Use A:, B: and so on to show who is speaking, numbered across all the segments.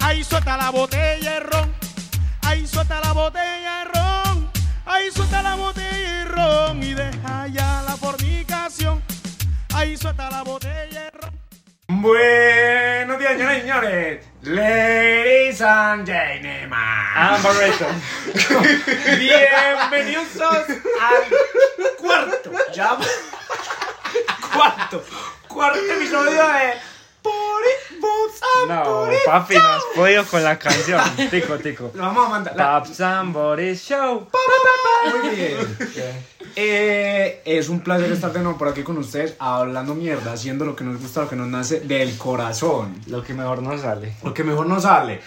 A: Ahí suelta la botella de ron. Ahí suelta la botella de ron. Ahí suelta la botella de ron. Y deja ya la fornicación. Ahí suelta la botella de ron.
B: Buenos días, señores y señores. Ladies and gentlemen.
A: Ah,
B: Bienvenidos al cuarto. Ya. Cuarto. Cuarto episodio de Puri Boots and
C: No,
B: Puri.
C: papi, no has podido con la canción. Tico, tico.
B: Lo vamos a mandar. La-
C: Pop Somebody Show.
B: Muy bien. Eh, es un placer estar de nuevo por aquí con ustedes, hablando mierda, haciendo lo que nos gusta, lo que nos nace del corazón.
C: Lo que mejor nos sale.
B: lo que mejor nos sale.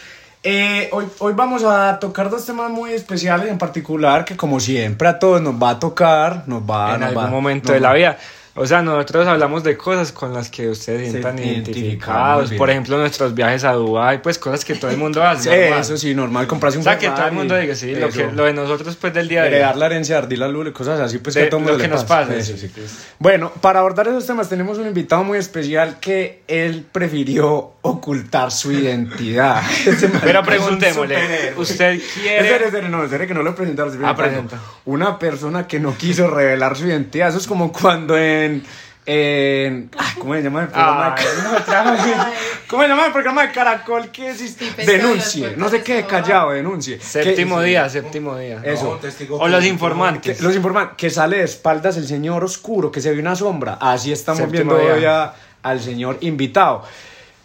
B: Eh, hoy, hoy vamos a tocar dos temas muy especiales en particular que como siempre a todos nos va a tocar, nos va
C: en
B: nos
C: algún
B: Ah, va-
C: momento
B: nos
C: de la
B: va-
C: vida. O sea, nosotros hablamos de cosas con las que ustedes se sientan
B: identifican, muy
C: identificados.
B: bien.
C: Por ejemplo, nuestros viajes a Dubái, pues cosas que todo el mundo hace.
B: Sí,
C: normal.
B: eso sí, normal comprarse
C: O
B: un
C: sea, que todo el
B: Ferrari,
C: mundo diga, sí, lo,
B: eso.
C: que, lo de nosotros, pues del día de
B: heredar
C: hoy.
B: la herencia de Ardila Lule, cosas así, pues
C: De-
B: que a todo mundo
C: lo que
B: le
C: nos
B: pasa.
C: pasa,
B: Eso,
C: sí.
B: sí. Bueno, para abordar esos temas tenemos un invitado muy especial que él prefirió ocultar su identidad. Ese man-
C: Pero
B: es un
C: preguntémosle,
B: superhéroe.
C: ¿usted
B: Espere,
C: quiere...?
B: espere, no, espere que no lo presentaron.
C: Ah, presenta.
B: Una persona que no quiso revelar su identidad. Eso es como cuando en. en ah, ¿Cómo se llama el programa?
C: Ay,
B: de Caracol? ¿Cómo se llama el programa de Caracol? que existe?
D: Tipeee
B: Denuncie.
D: todas las
B: No sé qué,
D: puertas de
B: callado, denuncie.
C: Séptimo
B: Que-
C: día, séptimo día.
B: Eso.
C: O los informantes.
B: que- los informan que sale de espaldas el señor oscuro, que se ve una sombra. Así estamos
C: Séptimo
B: viendo hoy
C: día.
B: a- al señor invitado.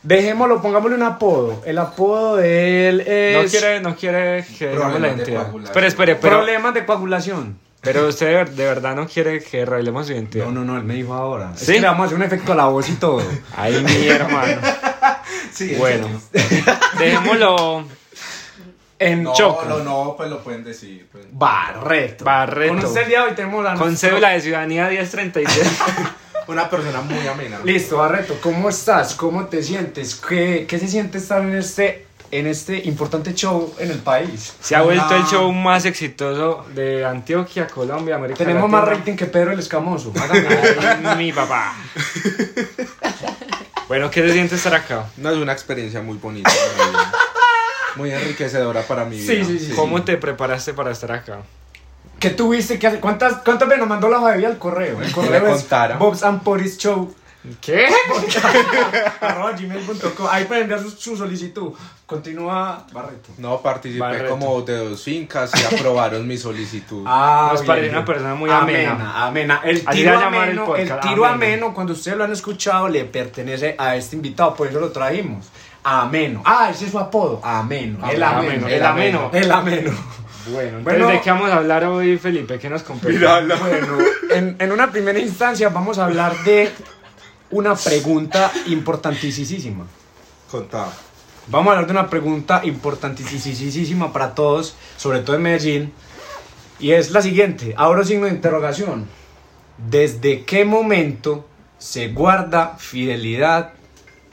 B: Dejémoslo, pongámosle un apodo. El apodo de él es.
C: No quiere, no quiere que digamos la
E: Problemas de
C: identidad.
E: coagulación.
C: Espere, espere, pero,
B: Problemas de coagulación.
C: pero usted de, ver- de verdad no quiere que revelemos su identidad.
B: No, no, no, él me dijo ahora. Es
C: ¿Sí?
B: que le vamos a hacer un efecto a la voz y todo.
C: Ay, mi hermano. bueno, dejémoslo
B: En
E: No,
B: Choco.
E: no, no, pues lo pueden decir. pues.
B: Barreto.
C: Barreto.
B: Con usted el día de hoy tenemos la
C: con cédula de ciudadanía 1033.
E: Una persona muy amena.
B: Listo, Barreto, ¿cómo estás? ¿Cómo te sientes? ¿Qué, qué se siente estar en este, en este importante show en el país?
C: Se ha vuelto
E: Una-
C: el show más exitoso de Antioquia, Colombia, América
B: Tenemos más
C: Latina.
B: rating que Pedro el Escamoso.
C: Ay, mi papá. Bueno, ¿qué se siente estar acá?
E: No es una experiencia muy bonita. para mí. muy enriquecedora para mi vida.
B: Sí, sí, sí.
C: ¿Cómo te preparaste para estar acá?
B: ¿Qué tuviste que hacer? ¿Cuántas, ¿Cuántas veces nos mandó la hoja de vida al correo? El correo
E: le
B: es
E: contara.
B: Bob's and Poris Show.
C: ¿Qué?
B: arroba gmail.com. Ahí pueden enviar su, su solicitud. Continúa Barreto.
E: No, participé
C: Barreto.
E: como de dos fincas y aprobaron mi solicitud.
B: Ah,
C: Nos
B: bien,
C: parece
B: bien.
C: una persona muy amena.
B: amena. amena. El
C: Así
B: tiro
C: se va a llamar el
B: ameno, el,
C: podcast,
B: tiro ameno.
C: ameno.
B: cuando ustedes lo han escuchado, le pertenece a este invitado, por eso lo trajimos. Ameno. Ah, ese es su apodo. Ameno. El ameno.
C: Ameno, el ameno.
B: El ameno. Bueno,
C: Entonces, ¿de qué vamos a hablar hoy, Felipe? ¿Qué nos compete?
B: bueno, en, en una primera instancia vamos a hablar de una pregunta importantísima.
E: Contaba.
B: Vamos a hablar de una pregunta importantísima para todos, sobre todo en Medellín. Y es la siguiente, abro signo de interrogación. ¿Desde qué momento se guarda fidelidad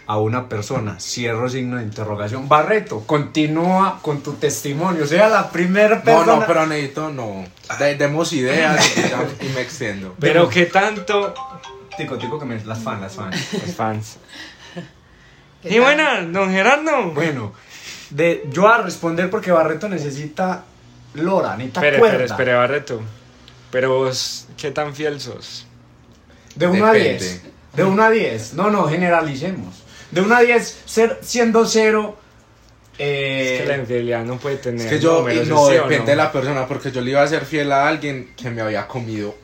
B: a una persona? Cierro signo de interrogación. Barreto, continúa con tu testimonio. O sea, la primera
E: No,
B: persona...
E: no, pero necesito, no. De- demos ideas y ya- y me extiendo.
C: Pero qué tanto
B: Tico, tico, que me... Las fan, las fan.
C: los fans.
D: ¿Qué
C: Y
D: tal?
C: buenas, don Gerardo.
B: Bueno, de, yo a responder porque Barreto necesita lora, necesita
C: Espere,
B: cuerda.
C: espere, espere, Barreto. Pero vos, ¿qué tan fiel sos?
B: De 1 a
E: Depende.
B: 10. De 1 a 10. No, no, generalicemos. De 1 a 10, ser, siendo 0.
C: es que la
B: Eh,
C: infidelidad no puede tener.
E: Es que yo,
C: números,
E: no,
C: ¿sí o
E: depende de la persona, porque yo le iba a ser fiel a alguien que me había comido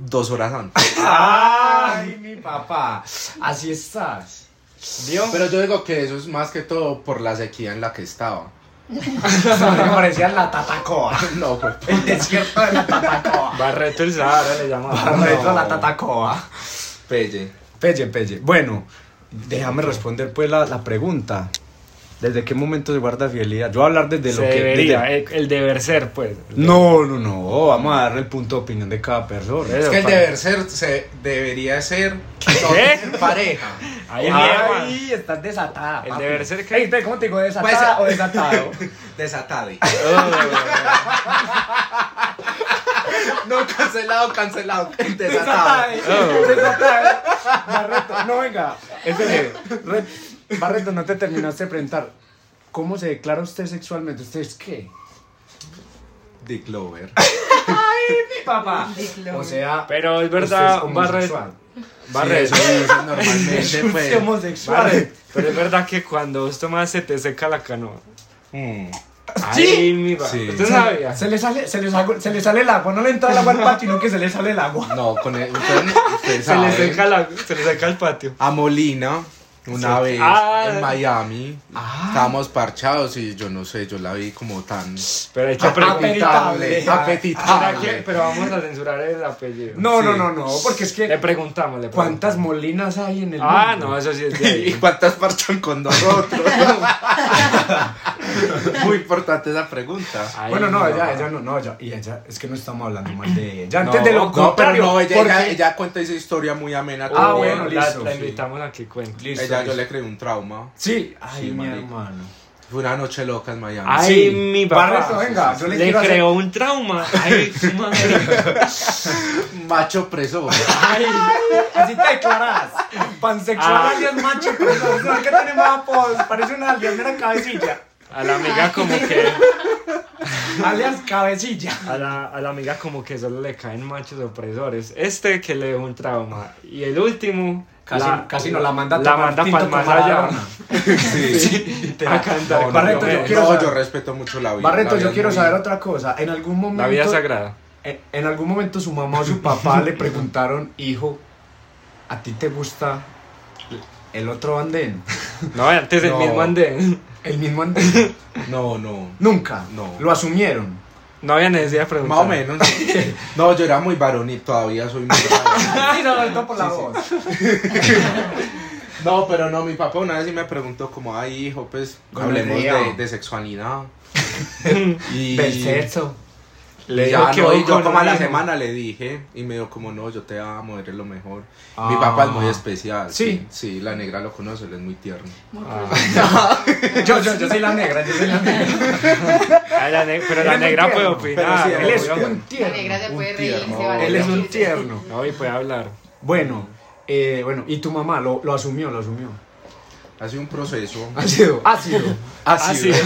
E: dos horas antes.
B: ¡Ay, mi papá! Así estás.
C: ¿Vio?
E: Pero yo digo que eso es más que todo por la sequía en la que estaba.
B: Me parecía la Tatacoa.
E: No, pues.
B: El desierto de la Tatacoa.
C: Barreto el Sahara le llamaba.
B: Barreto la Tatacoa.
E: Pelle.
B: Pelle, pelle. Bueno, déjame responder pues la, la pregunta. ¿Desde qué momento se guarda fidelidad? Yo voy a hablar desde
C: Se
B: lo que...
C: debería, ¿eh?
B: desde-
C: el, el deber ser, pues.
B: No, no, no. Vamos a darle el punto de opinión de cada persona.
E: Es
C: Pero,
E: que el
C: para-
E: deber ser se debería ser no
C: ¿Qué?
E: tener pareja.
C: Ahí es mi hermano.
B: Ay, estás desatada.
C: El
B: papi.
C: deber ser que-
B: Ey, espera, ¿cómo te digo? ¿Desatada
E: Pues,
B: o desatado?
E: Desatado.
C: Oh,
E: No, cancelado, cancelado. Desatado.
C: Oh.
B: Desatada. Barreto, no venga. Espere, Re- Barreto, no te terminaste de presentar. ¿Cómo se declara usted sexualmente? ¿Usted es qué?
E: Dick Glover.
B: Mi papá. O sea,
C: Pero es
B: usted
C: verdad,
B: Este es
C: Barret.
B: homosexual.
C: Barret.
E: Sí, eso dicen normalmente, pues.
B: Usted es homosexual.
C: Barret. Pero es verdad que cuando vos tomas se te seca la canoa.
E: Mm.
C: Ay, mi papá.
E: Sí.
C: ¿Usted sabía?
B: Se le sale, se le, sale- se le sale el agua, no le entra el agua al patio, sino que se le sale el agua.
E: No, con el, ustedes, ustedes
C: Se le,
E: saben.
C: seca la, se le seca el patio.
E: a Molina una
C: Sí.
E: vez
C: Ah.
E: en Miami.
B: Ah.
E: Estábamos parchados y yo no sé, yo la vi como tan
C: Pero hay que preguntar.
E: apetitable,
B: Apetitable.
C: ¿Será que-
E: apetitable.
C: Pero vamos a censurar el apellido.
B: No,
E: Sí.
B: no, no, no, porque es
C: Le
B: que
C: preguntamos, le preguntamos.
B: cuántas molinas hay en el
C: Ah,
B: mundo?
C: no, eso sí es de
E: ¿Y
C: ahí.
E: cuántas parchan con nosotros? Muy importante esa pregunta.
C: Ay,
B: Bueno, no,
C: mi
B: ella,
C: papá.
B: ella no, no, ella, y ella, es que no estamos hablando mal de ella.
C: No,
B: Antes de lo
C: no,
E: No, pero
B: contrario,
E: no, ella,
B: porque-
E: ella, ella cuenta esa historia muy amena.
C: Ah,
E: también.
C: bueno,
B: bueno,
C: la,
B: listo,
C: la
B: sí.
C: invitamos a que cuente.
B: Listo,
E: Ella yo
B: listo.
E: le creé un trauma.
B: Sí, ay,
E: Sí,
B: mi
E: marica.
B: hermano.
E: Fue una noche loca en Miami.
C: Ay,
B: Sí.
C: mi papá.
B: Barreto, venga, yo le,
C: Le
B: quiero hacer-
C: creó un trauma. Ay, su madre.
E: Macho preso.
C: Ay,
B: Así te declaras. Pansexual,
C: Ah.
B: alias macho, pues, o sea, que tiene más apodos, Parece una alias mera cabecilla.
C: a la amiga como que
B: Alias cabecilla.
C: a la, a la amiga como que solo le caen machos opresores. Este que le dejó un trauma y el último
B: Casi,
C: la-
B: casi no la manda a
C: la
B: tomar
C: manda
B: tinto
C: pa'l más
B: con
C: allá.
B: Maradona.
E: Sí.
C: A cantar.
B: No,
C: con
B: Barreto,
C: Romeo.
B: yo quiero
E: no,
B: saber-
E: yo respeto mucho la vida. la
B: Barreto,
E: vida
B: yo
E: es
B: quiero
E: muy-
B: saber otra cosa. En algún momento.
C: La vida sagrada.
B: En, Eh, en algún momento su mamá o su papá le preguntaron, hijo, ¿a ti te gusta el otro andén?
C: No, antes el
E: No.
C: mismo andén.
B: El mismo andén.
E: No, no.
B: Nunca.
E: No.
B: Lo asumieron.
C: No había necesidad de preguntar.
E: Más o menos. sí. No, yo era muy varón y todavía soy muy varón.
B: Ay, no, no por la voz.
E: No, pero no, mi papá una vez sí me preguntó como, ay hijo, pues hablemos
B: Gonorrea.
E: de, de sexualidad. y
B: Del sexo.
E: Le
C: digo que voy
E: y yo
C: con
E: como a
C: un
E: la
C: hijo.
E: semana le dije y me dijo como, no, yo te amo, eres lo mejor. Mi
B: Ah.
E: papá es muy especial.
B: Sí.
E: Sí. sí, la negra lo conoce, él es muy tierno.
B: Ah, Yo, yo, yo soy la negra, yo soy la negra.
C: Ay, Ah, la ne- pero la
B: Él es
C: negra
B: un
C: puede
B: tierno,
C: opinar.
E: pero sí,
B: Él es
E: Obvio.
B: un
D: La negra se
B: tierno.
D: puede
E: un
D: reír,
E: tierno.
D: se vale.
B: Él es un tierno.
C: No, y puede hablar.
B: Bueno, eh, bueno, y tu mamá lo, lo asumió, lo asumió.
E: Ha sido un proceso.
B: Ha sido, ha sido,
E: Ha
C: Ah,
E: sido,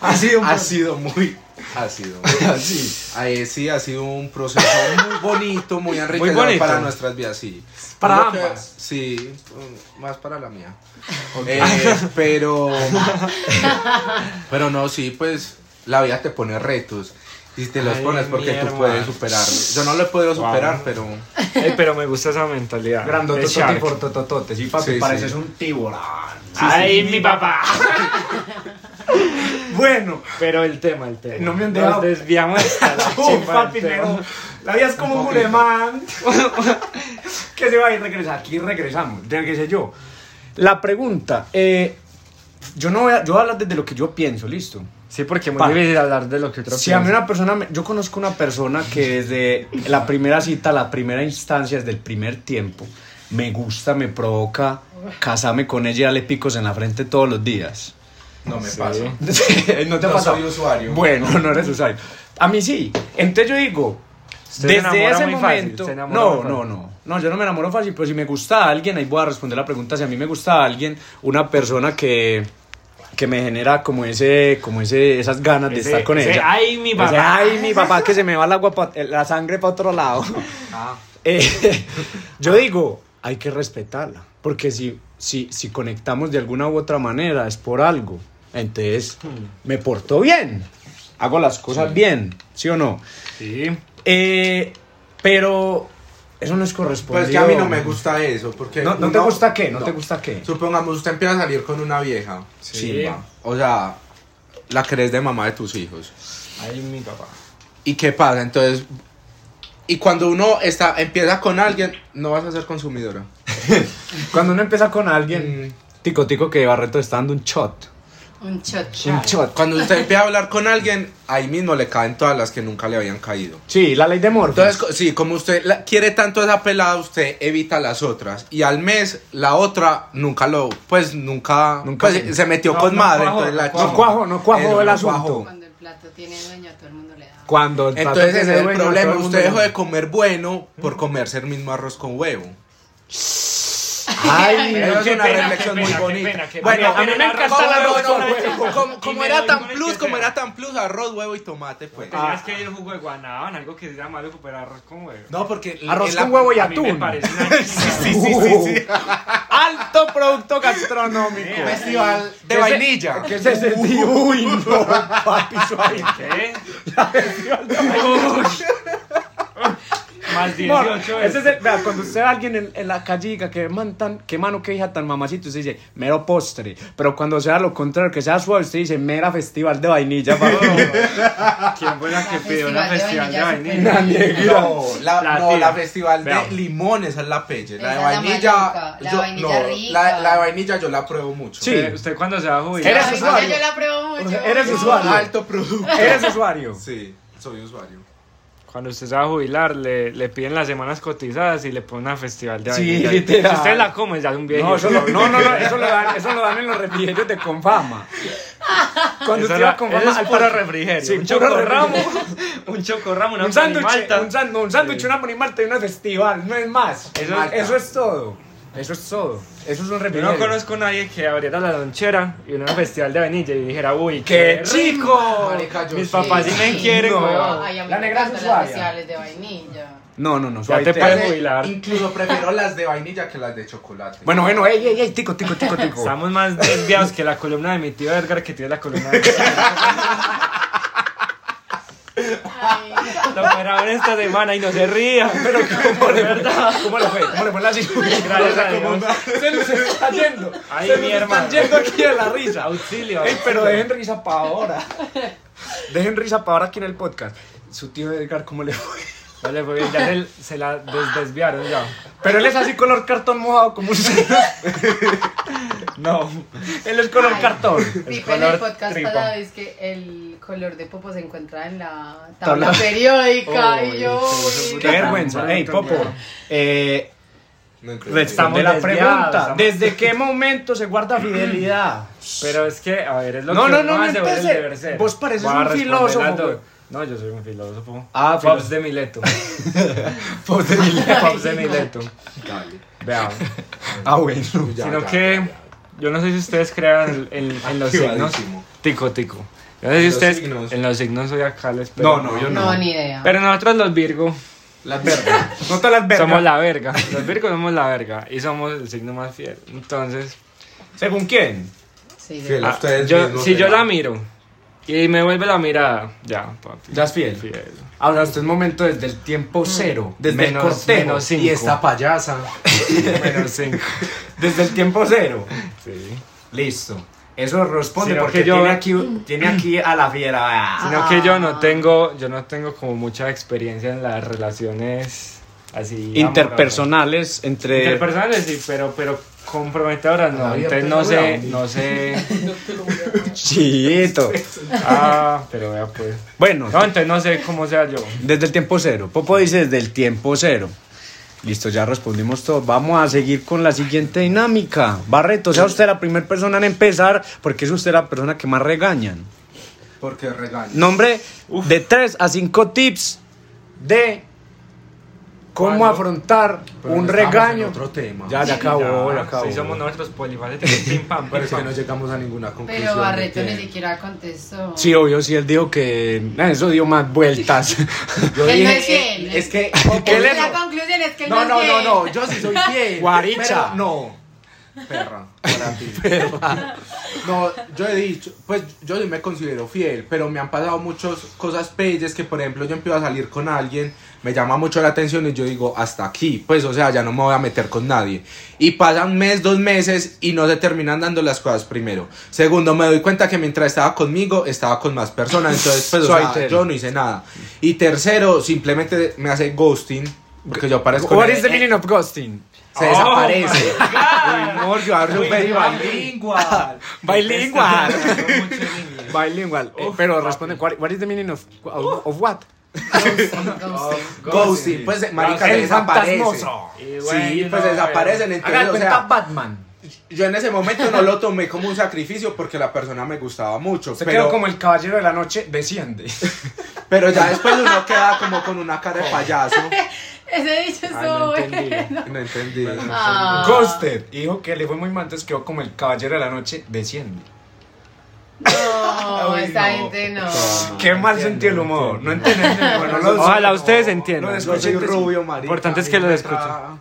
B: ha sido un
E: ha sido muy... Ha sido.
B: Sí.
E: Ahí sí, ha sido un proceso muy bonito, muy enriquecedor
C: bonito.
E: para nuestras vidas, sí.
B: Para
E: Creo que-
B: ambas.
E: sí, mm, más para la mía. Eh, pero, pero no, sí, pues la vida te pone retos. Y te los
C: Ay,
E: pones porque tú
C: mierda.
E: puedes superar. Yo no lo he podido
C: Wow.
E: superar, pero
C: Ey, pero me gusta esa mentalidad. De
B: Grandototote y
C: shark.
B: portototote. Sí, papi,
E: Sí, sí.
B: pareces un tiburón.
C: Ay, mi papá.
B: Bueno,
C: Pero el tema, el tema.
B: No me han dejado.
C: Nos desviamos hasta la
B: Uf,
C: chimba del
B: Oh, papi,
C: tema.
B: pero la vida es como un gulemán. que se va a ir regresar. Aquí regresamos, de qué sé yo. La pregunta, eh, yo no voy a, yo voy a hablar desde lo que yo pienso, listo.
C: Sí, porque es muy
B: Pa.
C: difícil hablar de lo que otro
B: Si a mí
C: piensa.
B: una persona, me- yo conozco una persona que desde la primera cita, la primera instancia, desde el primer tiempo, me gusta, me provoca casarme con ella y darle picos en la frente todos los días.
E: no me pasa.
B: no te ha
E: No
B: pasado?
E: soy usuario.
B: Bueno, no eres usuario. A mí sí. Entonces yo digo,
C: Usted se
B: desde
C: enamora
B: ese
C: muy fácil,
B: momento.
C: se enamora muy
B: no,
C: fácil.
B: no, no. No, yo no me enamoro fácil, pero si me gusta a alguien, ahí voy a responder la pregunta. Si a mí me gusta a alguien, una persona que, que me genera como ese, como ese, esas ganas de
C: Ese-
B: estar con
C: ese,
B: ella. "Ah".
C: "Ay, mi
B: Ese,
C: papá".
B: ay, mi papá, que se me va el agua, pa- eh, la sangre para otro lado.
C: Ah.
B: Eh, yo digo, hay que respetarla, porque si, si, si conectamos de alguna u otra manera es por algo. Entonces, me porto bien, hago las cosas bien, ¿sí o no?
C: Sí.
B: Eh, pero eso no es correspondido.
E: Pues es que a mí no me gusta eso. Porque
B: ¿No, no te
E: uno-
B: gusta qué? ¿No,
E: no.
B: te gusta qué?
E: Supongamos usted empieza a salir con una vieja.
C: Sí.
E: chimba. O sea, la crees de mamá de tus hijos.
C: Ay, mi papá.
E: ¿Y qué pasa? Entonces, y cuando uno está, empieza con alguien, no vas a ser consumidora.
B: Cuando uno empieza con alguien,
E: Mm.
B: tico tico que Barreto está dando un shot.
D: Un shot.
B: Un shot.
E: Cuando usted empieza a hablar con alguien, ahí mismo le caen todas las que nunca le habían caído.
B: Sí, la ley de Morphy.
E: Entonces, co- sí, como usted la- quiere tanto a esa pelada, usted evita las otras. Y al mes, la otra nunca lo, pues nunca,
B: Nunca
E: pues,
B: sí.
E: se metió
B: No,
E: con
B: no
E: madre.
B: cuajó,
E: entonces la
B: no cuajó.
E: chimba.
B: No cuajó, no cuajó
E: Eso,
B: el
E: no
B: asunto.
E: cuajó.
D: Cuando el plato tiene dueño, a todo el mundo le da.
B: Cuando el plato
E: Entonces, ese
B: tiene
E: es el
B: dueño, todo
E: problema.
B: mundo
E: Usted dejó
B: lo-
E: de comer bueno por comerse el mismo arroz con huevo.
B: Ay,
E: Pero es
B: qué
E: una
B: pena.
E: reflexión muy
C: pena, qué
E: bonita.
C: pena, qué
E: bueno,
C: pena.
E: a mí me
C: Pena,
E: encanta
C: arroz,
E: la
C: huevo,
E: arroz,
C: huevo.
E: huevo. Como, como era
C: Dime,
E: tan
C: dime
E: plus,
C: qué
E: como
C: pena.
E: era tan plus, arroz, huevo y tomate, pues.
B: Ah.
C: Tenías que ir un jugo de guanábana, algo que sea malo, pero arroz con huevo.
E: No, porque el-
B: Arroz
E: el
B: con
E: ap-
B: huevo y
C: a mí me
B: atún.
C: parece una
E: Sí, sí, sí, sí.
B: Alto producto gastronómico.
E: Festival de
B: Ese-
E: vainilla.
B: ¿Qué se sentí? Uy, no, papi, suave.
C: ¿Qué? Ush. Más 18
B: Ese es el- vea, cuando usted ve a alguien en, en la calle y diga que man tan, qué mano, qué hija tan mamacito, usted dice mero postre. Pero cuando sea lo contrario, que sea suave, usted dice mera festival de vainilla. papi".
C: ¿Quién fue la que
D: La
C: pidió una
D: festival
C: festival
D: de
C: de
D: vainilla
C: vainilla?
E: No, la,
C: La
E: no,
C: tía.
E: la festival
C: Vea.
E: de limones es la pelle.
D: Esa
E: La de
D: es la
E: vainilla.
D: maluca, la
E: yo-
D: vainilla
E: no,
D: rica.
E: La, la de vainilla yo la pruebo mucho.
B: Sí.
C: Usted- ¿Usted cuándo se va a jubilar?
B: Eres
D: Ay,
B: usuario.
D: Yo la pruebo mucho.
B: Eres
D: No.
B: usuario.
E: Alto producto.
B: Eres usuario.
E: Sí, soy usuario.
C: Cuando usted se va a jubilar, le, le piden las semanas cotizadas y le ponen una festival de
B: Sí,
C: vainilla.
B: literal.
C: Si usted la come, ya es un viejo.
B: No, eso lo- no, no, no, eso lo dan, eso lo dan en los refrigerios de Confama. Cuando
C: Eso
B: usted
C: era-
B: va a Confama
C: eso es
B: al
C: puro
B: parque-
C: refrigerio.
B: Sí,
C: un
B: puro
C: chocorramo,
B: refrigerio.
C: un chocorramo, una
B: Un sándwich,
C: panimalta.
B: un sándwich, un sándwich,
C: Sí.
B: una ponimalta y una festival, no es más. Eso,
E: Malta.
B: eso es todo. Eso es todo. Eso es un
C: Yo
B: refrigerio.
C: no conozco a nadie que abriera la lonchera y una festival de vainilla y dijera, uy,
B: ¡Qué
C: qué rico.
B: chico!
E: Marica, yo
C: Mis
E: sí.
C: papás sí me quieren,
B: No.
C: weón.
D: Ay, a mí
B: La
D: me
B: negra es
D: encantan
B: usuaria.
D: las especiales de vainilla.
B: No, no, no.
C: Ya te
B: suavitea.
C: puedes
E: Pre-
C: jubilar.
E: Incluso prefiero las de vainilla que las de chocolate.
B: Bueno, bueno, ey, ey, ey, tico, tico, tico, tico.
C: Estamos más desviados que la columna de mi tío Edgar que tiene la columna de
D: Ay,
C: Lo operaron esta semana y no se rían. Pero
B: ¿Cómo le, ¿Cómo le fue? ¿Cómo le fue la cirugía?
C: gracias a Dios.
B: Se nos está yendo.
C: Ay,
B: se nos
C: mi
B: están
C: hermano.
B: yendo aquí de la risa.
C: Auxilio.
B: Ey, pero dejen risa para ahora. Dejen risa para ahora aquí en el podcast. Su tío Edgar, ¿cómo le fue?
C: No le fue bien, ya se, se la des- desviaron ya.
B: Pero él es así color cartón mojado como un cerdo.
C: No.
B: Él es color
D: Ay.
B: cartón.
D: Pipe en el
C: color
D: podcast
C: tripa.
D: pasado es que el color de Popo se encuentra en la tabla
B: Tabla.
D: periódica
C: Uy,
D: y yo.
C: sí,
D: uy,
B: Qué vergüenza. Ey, Popo. Eh,
E: No entiendo.
B: Estamos de la
C: desviados,
B: pregunta.
C: estamos-
B: ¿Desde qué momento se guarda fidelidad?
C: Pero es que, a ver, es lo
B: No,
C: que
B: no,
C: uno
B: no, no
C: hace o es el
B: empecé.
C: deber ser.
B: Vos pareces
C: Voy a
B: un
C: responder
B: filósofo,
C: las dos.
B: güey.
C: No, yo soy un filósofo.
B: Ah,
C: Pops
B: filósofo.
C: de Mileto.
B: Pops de Mileto.
C: Pops de Mileto. Vean.
B: Ah, bueno.
E: Ya,
C: sino
E: ya,
C: que
E: ya, ya.
C: yo no sé si ustedes crean en, en- en los signos.
E: Activadísimo.
C: Tico, tico. Yo no sé si
E: Los
C: ustedes
E: signos.
C: en los signos zodiacales.
B: No,
C: pero-
B: no, yo no.
D: No, ni idea.
C: Pero nosotros los Virgo
E: Las verdes.
B: No te las vergas.
C: somos la verga. Los Virgo somos la verga y somos el signo más fiel. Entonces,
B: ¿Según quién?
D: Sí, de-
E: Fiel a
C: ah,
E: ustedes
C: yo-
E: mismos,
C: si yo
E: ¿verdad?
C: la miro y me vuelve la mirada, ya, papi.
B: Ya es fiel.
C: Fiel.
B: Ahora, usted es momento desde el tiempo cero. Desde
C: Menos-
B: el cortejo.
C: menos cinco.
E: Y esta payasa.
C: Menos cinco.
B: Desde el tiempo cero.
C: Sí.
B: Listo. Eso responde
C: Sino
B: porque
C: que yo-
B: tiene, aquí, tiene aquí a la fiera.
C: Sino que yo
E: Ah.
C: no tengo, yo no tengo como mucha experiencia en las relaciones así. amorosas.
B: Interpersonales entre.
C: Interpersonales sí, pero, pero comprometedoras no.
E: Ah, bien,
C: Entonces no
E: pero
C: sé,
E: bueno.
C: no sé.
B: Chito.
C: Ah, pero vea pues.
B: Bueno,
C: No, entonces no sé cómo sea yo.
B: Desde el tiempo cero. Popo dice desde el tiempo cero. Listo, ya respondimos todo. Vamos a seguir con la siguiente dinámica. Barreto, sea usted la primera persona en empezar porque es usted la persona que más regañan.
E: Porque regaño.
B: Nombre de 3 a 5 tips de cómo
C: ¿Cuándo?
B: afrontar
E: Pero
B: un
E: no estábamos
B: regaño.
E: en otro tema.
B: Ya, ya acabó, ya, acabó.
C: Sí, somos nosotros polifacéticos. Pim, pam, pim,
E: Pero es que no
C: pam.
E: llegamos a ninguna conclusión.
D: Pero Barreto
E: de
D: ni
E: que-
D: siquiera contestó.
B: Sí, obvio, sí, él dijo que eh, eso dio más vueltas.
E: Yo
D: Él no
E: dije,
D: es fiel.
E: eh, es que.
B: ¿Qué le-
D: La conclusión es que él
E: No,
D: es
E: no, no,
D: fiel.
E: no. Yo sí soy fiel.
B: Guaricha.
E: pero no. Perra. para ti. No, yo he dicho, pues yo sí me considero fiel, pero me han pasado muchas cosas pelles que, por ejemplo, yo empiezo a salir con alguien, me llama mucho la atención y yo digo, hasta aquí, pues, o sea, ya no me voy a meter con nadie. Y pasan mes, dos meses y no se terminan dando las cosas primero. Segundo, me doy cuenta que mientras estaba conmigo, estaba con más personas, entonces, pues, o
B: Soy
E: sea,
B: fiel.
E: yo no hice nada. Y tercero, simplemente me hace ghosting, porque yo parezco...
B: What is the meaning of ghosting?
E: Se
C: Oh,
E: desaparece.
C: my God.
E: Uy, no, yo hablo
C: Uy,
E: medio
C: papi.
E: bilingüe.
C: Este,
B: Bilingual.
C: Mucho en inglés.
B: Bilingual. Eh, pero responde, what, what is the meaning of, of, of what?
D: Ghosting, ghosting.
E: Ghosting, pues marica, se
B: El
E: desaparece.
B: fantasmoso.
C: Y bueno,
E: Sí, pues
C: no,
E: desaparecen. Entonces,
B: Haga
E: o
B: cuenta
E: sea,
B: Batman.
E: yo en ese momento no lo tomé como un sacrificio porque la persona me gustaba mucho.
B: Se
E: pero,
B: quedó como el caballero de la noche, desciende.
E: pero ya después uno queda como con una cara de payaso.
D: Ese dicho es
C: Ah, no
D: todo
C: entendí.
D: bueno.
E: No entendí.
D: Ah.
B: Ghosted, hijo que le fue muy mal, entonces quedó como el caballero de la noche, desciende.
D: No,
B: Uy,
D: esa
B: no.
D: gente no.
B: Qué mal sentido el humor. No entienden el humor. no lo-
C: Ojalá
B: no.
C: ustedes entiendan.
B: Los
E: Yo soy
B: escuchantes-
E: rubio, marica.
C: importante es que
E: y
C: lo
E: me
C: escuchen.
E: traba.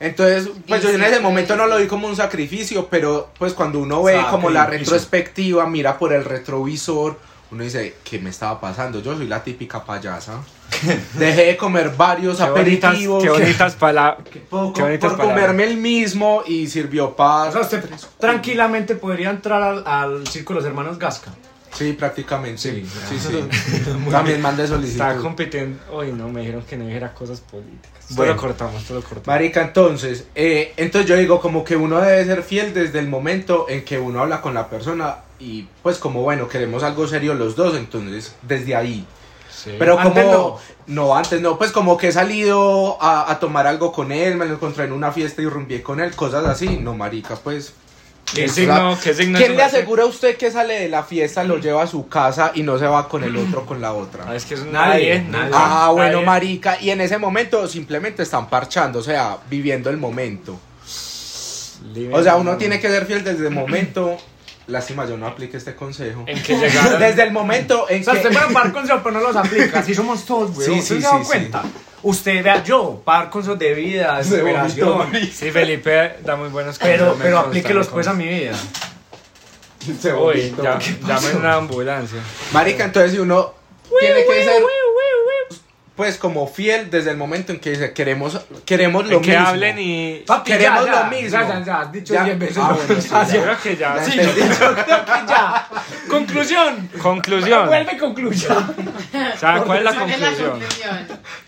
E: Entonces, pues
D: Y
E: yo en
D: sí,
E: ese
D: sí.
E: momento no lo vi como un sacrificio, pero pues cuando uno ve
B: Sacrificio.
E: como la retrospectiva, mira por el retrovisor, uno dice, ¿qué me estaba pasando? Yo soy la típica payasa. Dejé de comer varios
C: Qué bonitas,
E: aperitivos.
C: qué bonitas palabras. Qué,
E: Por,
C: bonitas
E: por
C: palabras.
E: comerme el mismo y sirvió para...
B: O sea, usted tranquilamente podría entrar al, al circo de los hermanos Gasca.
E: Sí, prácticamente. Sí,
C: ah,
E: sí.
B: Muy
E: También mandé
C: Estaba
E: solicitud.
C: compitiendo. Hoy no, me dijeron que no dijera cosas políticas. Esto
E: Bueno.
C: lo cortamos, esto lo cortamos.
E: Marica, entonces, eh, entonces yo digo como que uno debe ser fiel desde el momento en que uno habla con la persona y pues como bueno, queremos algo serio los dos, entonces desde ahí.
C: Sí.
E: Pero como
B: Antes
E: no. antes no, pues como que he salido a, a tomar algo con él, me lo encontré en una fiesta y rumbié con él, cosas así, no marica, pues.
C: ¿Qué
E: es
C: signo,
E: la-
C: qué signo
E: ¿Quién
C: es
E: le
C: su-
E: asegura a usted que sale de la fiesta, lo lleva a su casa y no se va con el otro con la
C: Ah,
E: otra?
C: es que es un-
B: Nadie, nadie.
E: Ah, bueno,
C: Nadie.
E: marica, y en ese momento simplemente están parchando, o sea, viviendo el momento.
C: Living
E: O sea,
C: in
E: uno
C: the
E: tiene que ser fiel desde el momento. Lástima, yo no aplique este consejo.
C: En que llegaron.
E: Desde el momento en
B: O sea, usted
E: que.
B: para par consejos, pero no los aplica. Así somos todos, güey.
E: Sí,
B: ¿Usted
E: sí,
B: se ha dado
E: sí,
B: cuenta? Usted, vea, yo, par consejos de vida, desesperación.
C: Sí, Felipe da muy buenos
B: Pero,
C: consejos, me
B: pero
C: consta,
B: aplíquelos
C: me
B: pues a
C: consta.
B: mi vida.
E: Se
C: Uy,
E: vomitó.
C: ya- llamen una ambulancia.
E: Marica, entonces si uno tiene que ser. Pues como fiel desde el momento en que dice, queremos, queremos lo
C: En que
E: mismo.
C: hablen y.
B: Papi,
E: Queremos
B: ya, ya,
E: lo mismo.
B: Ya, ya, ya, has dicho
E: Ya.
B: 10 veces.
E: Ah, bueno, sí,
B: Ya,
E: ya.
C: Yo creo que ya.
E: Ya entendí.
B: ya. Conclusión.
C: Conclusión.
B: Vuelve y concluya.
C: O sea, ¿cuál es la
D: ¿Cuál es la
C: conclusión?
D: conclusión?
B: La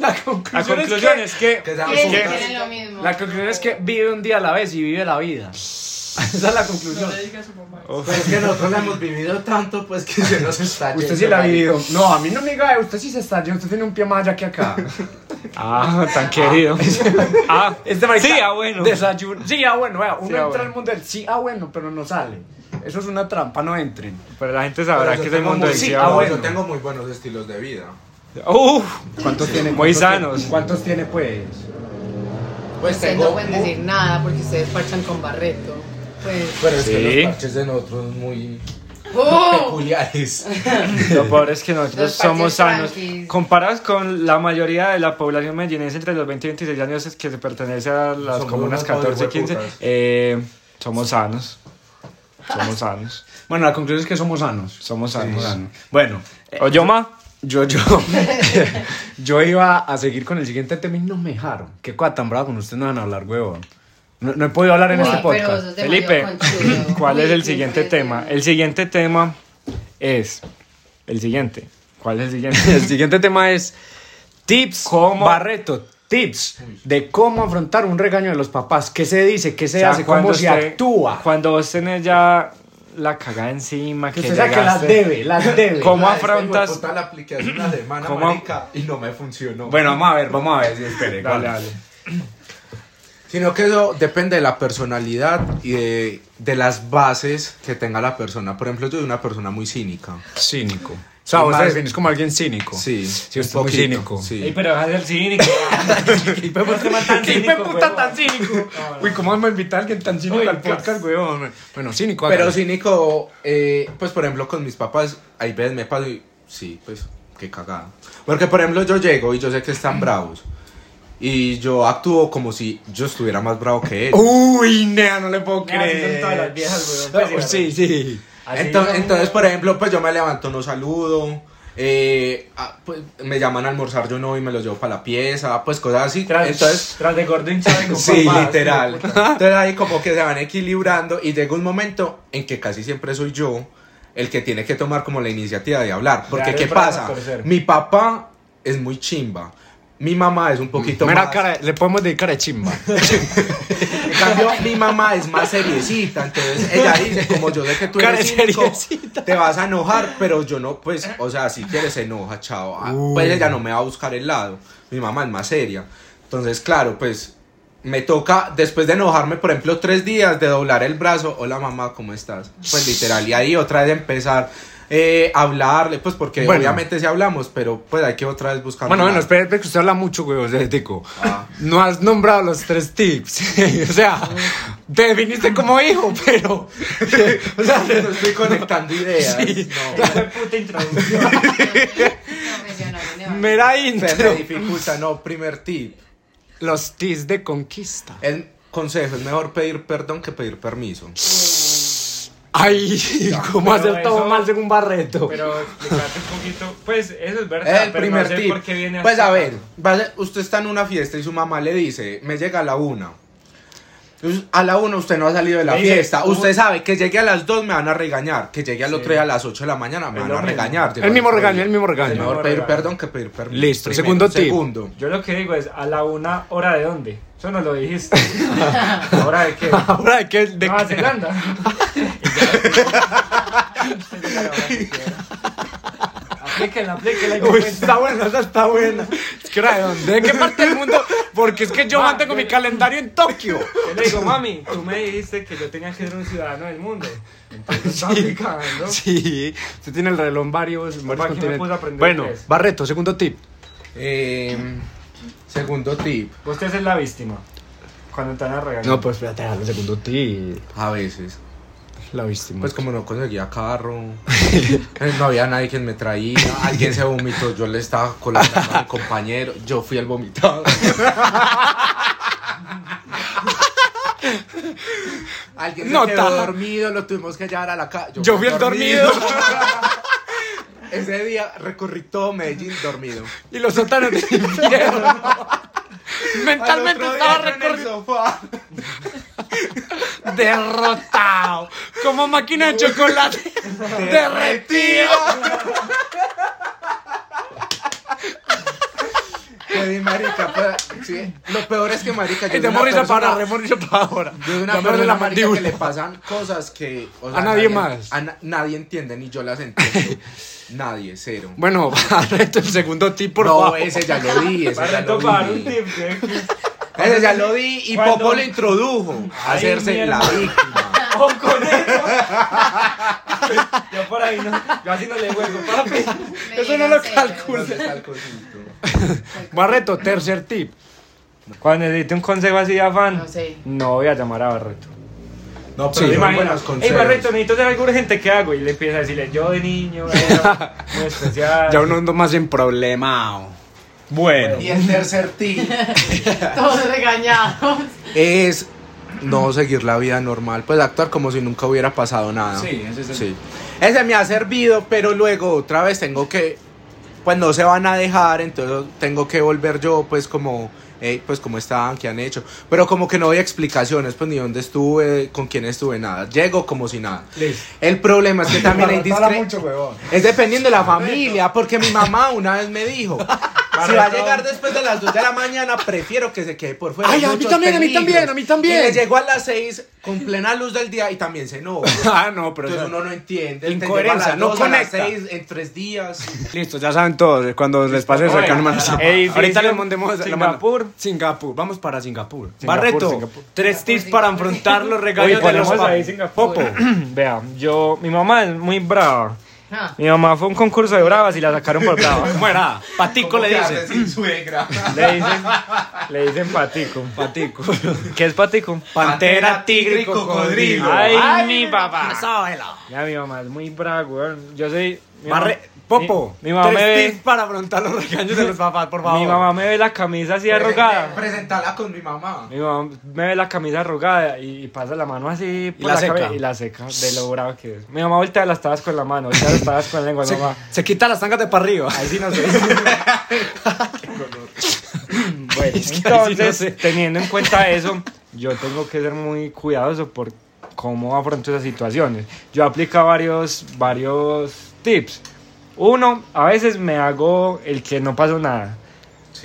C: La
B: conclusión,
C: conclusión
B: es
C: es que.
E: Que
D: Que
E: seamos
C: ¿Qué?
E: juntas.
D: quieren lo mismo.
B: que, la conclusión es que vive un día a la vez y vive la vida. Esa es la conclusión.
C: Uf,
E: Pero es que nosotros la hemos vivido tanto, pues que se nos está
B: Usted
E: yendo,
B: sí la ha
E: marica.
B: vivido. No, a mí no me diga, usted sí se está. Yo, usted tiene un pie más allá que acá.
C: Ah, tan querido. Ah,
B: Este marica-
C: Sí, ah, bueno.
B: Desayuno. Sí, ah, bueno. vea, uno
C: Sí, ah,
B: entra
C: bueno.
B: al mundo del sí, ah, bueno, pero no sale. Eso es una trampa, no entren.
C: Pero la gente
E: Pero
C: sabrá
E: yo
C: que es el
E: tengo
C: mundo
E: muy-
C: del
B: sí,
C: sí
B: ah,
C: a
B: bueno.
E: Yo tengo muy buenos estilos de vida.
C: Uf,
B: ¿Cuántos tiene?
C: Muy
B: ¿Cuántos
C: sanos.
B: tiene? ¿Cuántos tiene, pues?
E: Pues
D: Ustedes no
E: tengo.
D: pueden decir nada porque ustedes parchan con Barreto. Pues.
E: Pero es que
C: Sí.
E: los parches de nosotros son muy
D: ¡Oh!
E: peculiares.
C: lo peor es que nosotros
D: Los
C: somos
D: parches
C: sanos.
D: tranquis.
C: Comparados con la mayoría de la población medellinense entre los 20 y 26 años es que se pertenece a las
E: Somos
C: comunas
E: unos pobres
C: 14 y 15,
E: hueputas.
C: eh, somos sanos. Somos sanos.
B: Bueno, la conclusión es que somos sanos.
C: Somos
B: Somos
C: sanos.
B: sanos. Bueno, eh,
C: Oyoma,
B: Yo, yo, yo iba a seguir con el siguiente tema y no me dejaron. Qué cosa tan brava con ustedes no van a hablar, huevón. No, no he podido hablar en
D: Uy,
B: este
D: pero
B: podcast.
D: sos demasiado
C: Felipe,
D: conchudo.
C: ¿cuál es
D: Uy,
C: el
D: qué
C: siguiente tema?
D: impresión.
C: El siguiente tema es el siguiente. ¿Cuál es el
B: El
C: siguiente?
B: siguiente tema es tips,
C: ¿Cómo?
B: Barreto, tips de cómo afrontar un regaño de los papás. ¿Qué se dice? ¿Qué se
C: O sea,
B: hace?
C: cuando
B: ¿Cómo se
C: usted-
B: actúa?
C: Ah. Cuando vos tenés ya la cagada encima,
B: Que
C: que
B: usted sabe que las
C: llegaste-
B: debe, las debe.
C: ¿Cómo
E: Ah, este
C: afrontas-
E: hijueputa la apliqué hace una semana,
C: ¿Cómo?
E: marica, y no me funcionó.
B: Bueno, vamos a ver, vamos a ver. sí, espere,
C: Dale,
B: ¿cuál?
C: dale.
E: Sino que eso depende de la personalidad y de, de las bases que tenga la persona. Por ejemplo, yo soy una persona muy cínica.
B: Cínico. O sea, vos te
E: Más-
B: definís como alguien cínico.
E: Sí,
B: Sí, usted
E: un
B: es muy
E: poquito,
B: cínico.
E: sí.
C: Ey, pero vas a ser cínico.
B: Y fue este tan cínico. tan cínico. Uy, ¿cómo vamos a invitar a alguien tan cínico
C: Uy,
B: al podcast, weón? Bueno, cínico.
E: Pero
B: hágale.
E: cínico, eh, pues por ejemplo, con mis papás, hay veces me paso y sí, pues qué cagada. Porque por ejemplo, yo llego y yo sé que están bravos. Y yo actúo como si yo estuviera más bravo que
B: Uh,
E: ellos.
B: Uy, nea, no le puedo
C: Nea, así son todas las viejas, weón.
B: Oh, Sí, sí.
C: Así
E: Ento-
C: son,
E: entonces,
C: weón.
E: por ejemplo, pues yo me levanto, no saludo. eh, ah, pues, me llaman a almorzar, yo no y me los llevo para la pieza, pues cosas así. Entonces,
C: tras de gordo hinchado y con
E: sí,
C: papas.
E: literal. Entonces ahí como que se van equilibrando y llega un momento en que casi siempre soy yo el que tiene que tomar como la iniciativa de hablar. Porque
C: Claro,
E: ¿qué
C: el brazo
E: pasa?
C: a torcer.
E: Mi papá es muy chimba. Mi mamá es un poquito
B: Mira,
E: más...
B: cara, le podemos dedicar a chimba.
E: En cambio, mi mamá es más seriecita, entonces ella dice, como yo sé que tú
B: Cara
E: eres cínico,
B: seriecita.
E: te vas a enojar, pero yo no, pues, o sea, si quieres se enoja, chao. Ah, Pues ella no me va a buscar el lado. Mi mamá es más seria. Entonces, claro, pues, me toca, después de enojarme, por ejemplo, tres días, de doblar el brazo, hola mamá, ¿cómo estás? Pues literal, y ahí otra vez empezar. eh, hablarle, pues porque
B: Bueno.
E: obviamente sí hablamos, pero pues hay que otra vez
C: Ah,
E: buscar.
B: Bueno,
E: una-
B: bueno, espérate que usted habla mucho, güey, o sea, tico.
E: Ah.
B: No has nombrado los tres tips. o sea, te definiste como hijo, pero. o sea,
E: No estoy conectando ideas. No,
C: Fue puta introducción.
B: mera
E: se me
B: intro.
E: dificulta, no, primer tip.
B: Los tips de conquista.
E: El consejo, es mejor pedir perdón que pedir permiso.
B: Ay, ¿cómo
C: pero
B: hacer todo
C: eso-
B: mal según Barreto?
C: Pero explícate un poquito. Pues eso es verdad.
E: El
C: pero
E: primer
C: no sé
E: tip.
C: por qué viene
E: Pues
C: hasta
E: a ver,
C: acá.
E: vaya- usted está en una fiesta y su mamá le dice, me llega a la una. Entonces, A la una usted no ha salido de la
C: Le dice,
E: fiesta.
C: "Uy".
E: Usted sabe que llegue a las dos me van a regañar. Que llegue al otro día a las ocho de la mañana me
C: Es
E: van
C: lo
E: a
C: mismo.
E: regañar.
B: El mismo regaño, el mismo
E: Es
B: regaño.
E: mejor pedir
C: regaño.
E: perdón que pedir permiso.
B: Listo, segundo tip.
E: Segundo.
C: Yo lo que digo es, a la una, ¿hora de dónde? Eso no lo dijiste. ¿Hora de qué?
B: Ahora de qué. De
C: Nueva
B: qué-
C: Zelanda. aplíquenla, aplíquenla. y me
B: Uy,
C: cuentan.
B: está buena, esa está buena. Es que era de dónde, de qué parte del mundo. Porque es que yo
C: Ma,
B: mantengo
C: yo-
B: mi calendario en Tokio.
C: Yo le digo, mami, tú me dijiste que yo tenía que ser un ciudadano del mundo. Entonces, está aplicando.
B: Sí, usted tiene el reloj en varios, en varios
C: Papá, ¿quién
B: continentes.
C: me puede aprender
B: bueno,
C: tres?
B: Barreto, segundo tip.
E: Eh, segundo tip.
C: Usted es la víctima. Cuando te van a regañar.
B: No, pues espérate, el segundo tip.
E: A veces.
B: La víctima.
E: Pues como no conseguía carro, eh, no había nadie quien me traía, alguien se vomitó, yo le estaba colaborando a mi compañero, yo fui el vomitado. alguien se
B: Nota.
E: quedó dormido, lo tuvimos que llevar a la casa.
B: Yo fui el dormido.
E: Ese día recorrí todo Medellín dormido.
B: y los sótanos del infierno. Mentalmente
E: Al otro
B: estaba
E: día yo en el
B: recorrido.
E: sofá.
B: Derrotado. Como máquina de chocolate. Derretido.
E: Pues, sí, marica, pues, sí. Lo peor es que marica, yo
B: Y
E: soy
B: de
E: una
B: morrisa
E: persona-
B: para ahora, de morrisa para ahora.
E: Yo soy una
B: Ya me duele
E: persona marica, que le
B: mandíbula.
E: pasan cosas que o
B: A nadie más.
E: a na- nadie entiende ni yo las entiendo. nadie, cero.
B: Bueno, Barreto, el segundo tip, por
E: no,
B: favor.
E: ese ya lo di, ese
C: Para
E: ya lo
C: retomar un
E: di.
C: tip. ¿eh?
E: Ese ya lo di y
C: Cuando-
E: Popo lo introdujo a
C: Ay,
E: hacerse
C: mierda.
E: la víctima.
C: O con eso. yo por ahí no. Yo así no le juego, papi.
B: Eso no lo calculo.
E: ¿Dónde está el cosito?
B: Barreto, tercer tip.
C: Cuando necesite un consejo así de afán,
D: No sé.
C: no voy a llamar a Barreto.
E: No,
B: Sí,
E: pero son
C: Imagina,
E: buenos
C: Ey, Barreto,
E: consejos.
C: necesito hacer algo urgente, ¿qué hago? Y le empieza a decirle, yo de niño, era muy especial.
B: Ya uno ando más en problema. Bueno.
E: Y el tercer tip
D: Todos regañados.
E: es no seguir la vida normal, pues actuar como si nunca hubiera pasado nada.
B: Sí, ese es el-
E: Sí. Ese me ha servido, pero luego otra vez tengo que, pues no se van a dejar, entonces tengo que volver yo, pues como, eh, pues como estaban, qué han hecho, pero como que no doy explicaciones, pues ni dónde estuve, con quién estuve, nada. Llego como si nada.
C: Listo.
E: El problema es que también hay discrepancia.
B: huevón.
E: Es dependiendo de la familia, porque mi mamá una vez me dijo, si va a llegar después de las 2 de la mañana, prefiero que se quede por fuera.
B: Ay,
E: hay
B: a mí
E: muchos
B: también, a mí
E: peligros".
B: también, a mí también.
E: Y le llegó a las 6 con plena luz del día y también se no.
B: Ah, no, pero.
E: Entonces
B: eso-
E: uno no entiende.
B: Incoherencia, no conecta.
E: 6 en 3 días.
B: Listo, ya saben todos. Cuando les pase
C: Oiga,
B: cercano, man-
C: edificio,
B: Ahorita les mandemos. la mano.
C: Singapur.
B: Singapur. Vamos para Singapur.
C: Singapur,
B: Barreto,
C: Singapur.
B: tres tips para afrontar los
C: Oye,
B: regaños de los
C: ponemos ahí
B: papás.
C: Singapur.
B: Popo.
C: Vea, yo, mi mamá es muy brava.
D: Ah,
C: Mi mamá fue a un concurso de bravas y la sacaron por brava.
B: ¿Cómo era? Patico le dice.
E: sin suegra.
C: Le dicen, le dicen patico.
B: Patico.
C: ¿Qué es patico?
B: Pantera, tigre y cocodrilo. Ah,
C: Ay, mi papá.
B: Sábela.
C: Ya, mi mamá es muy brava, weón. Yo soy... mi
B: Barre-
C: mamá-
B: Popo,
C: Mi, mi mamá me
B: tres
C: ve...
B: tips para afrontar los regaños de los papás, por favor.
C: Mi mamá me ve la camisa así arrugada.
E: Presentarla con mi mamá.
C: Mi mamá me ve la camisa arrugada y, y pasa la mano así por
B: la
C: cabe-
B: seca.
C: y la seca de lo brava que es. Mi mamá voltea las tabas con la mano, voltea las tabas con la lengua,
B: se,
C: mamá.
B: se quita las tangas de para arriba.
C: Ahí sí no sé. bueno,
B: Es que ahí sí
C: entonces,
B: no sé.
C: teniendo en cuenta eso, yo tengo que ser muy cuidadoso por cómo afronto esas situaciones. Yo aplico varios, varios tips. Uno, a veces me hago el que no pasó nada.